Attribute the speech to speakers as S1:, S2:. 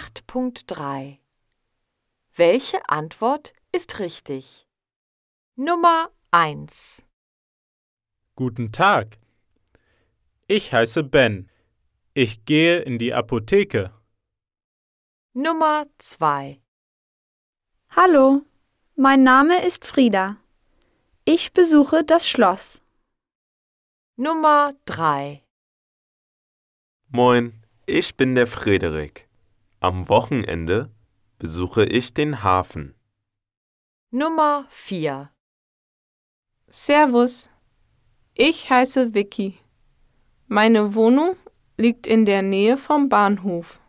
S1: 8.3 Welche Antwort ist richtig? Nummer 1
S2: Guten Tag. Ich heiße Ben. Ich gehe in die Apotheke.
S1: Nummer 2
S3: Hallo, mein Name ist Frieda. Ich besuche das Schloss.
S1: Nummer 3
S4: Moin, ich bin der Frederik. Am Wochenende besuche ich den Hafen.
S1: Nummer 4
S5: Servus, ich heiße Vicky. Meine Wohnung liegt in der Nähe vom Bahnhof.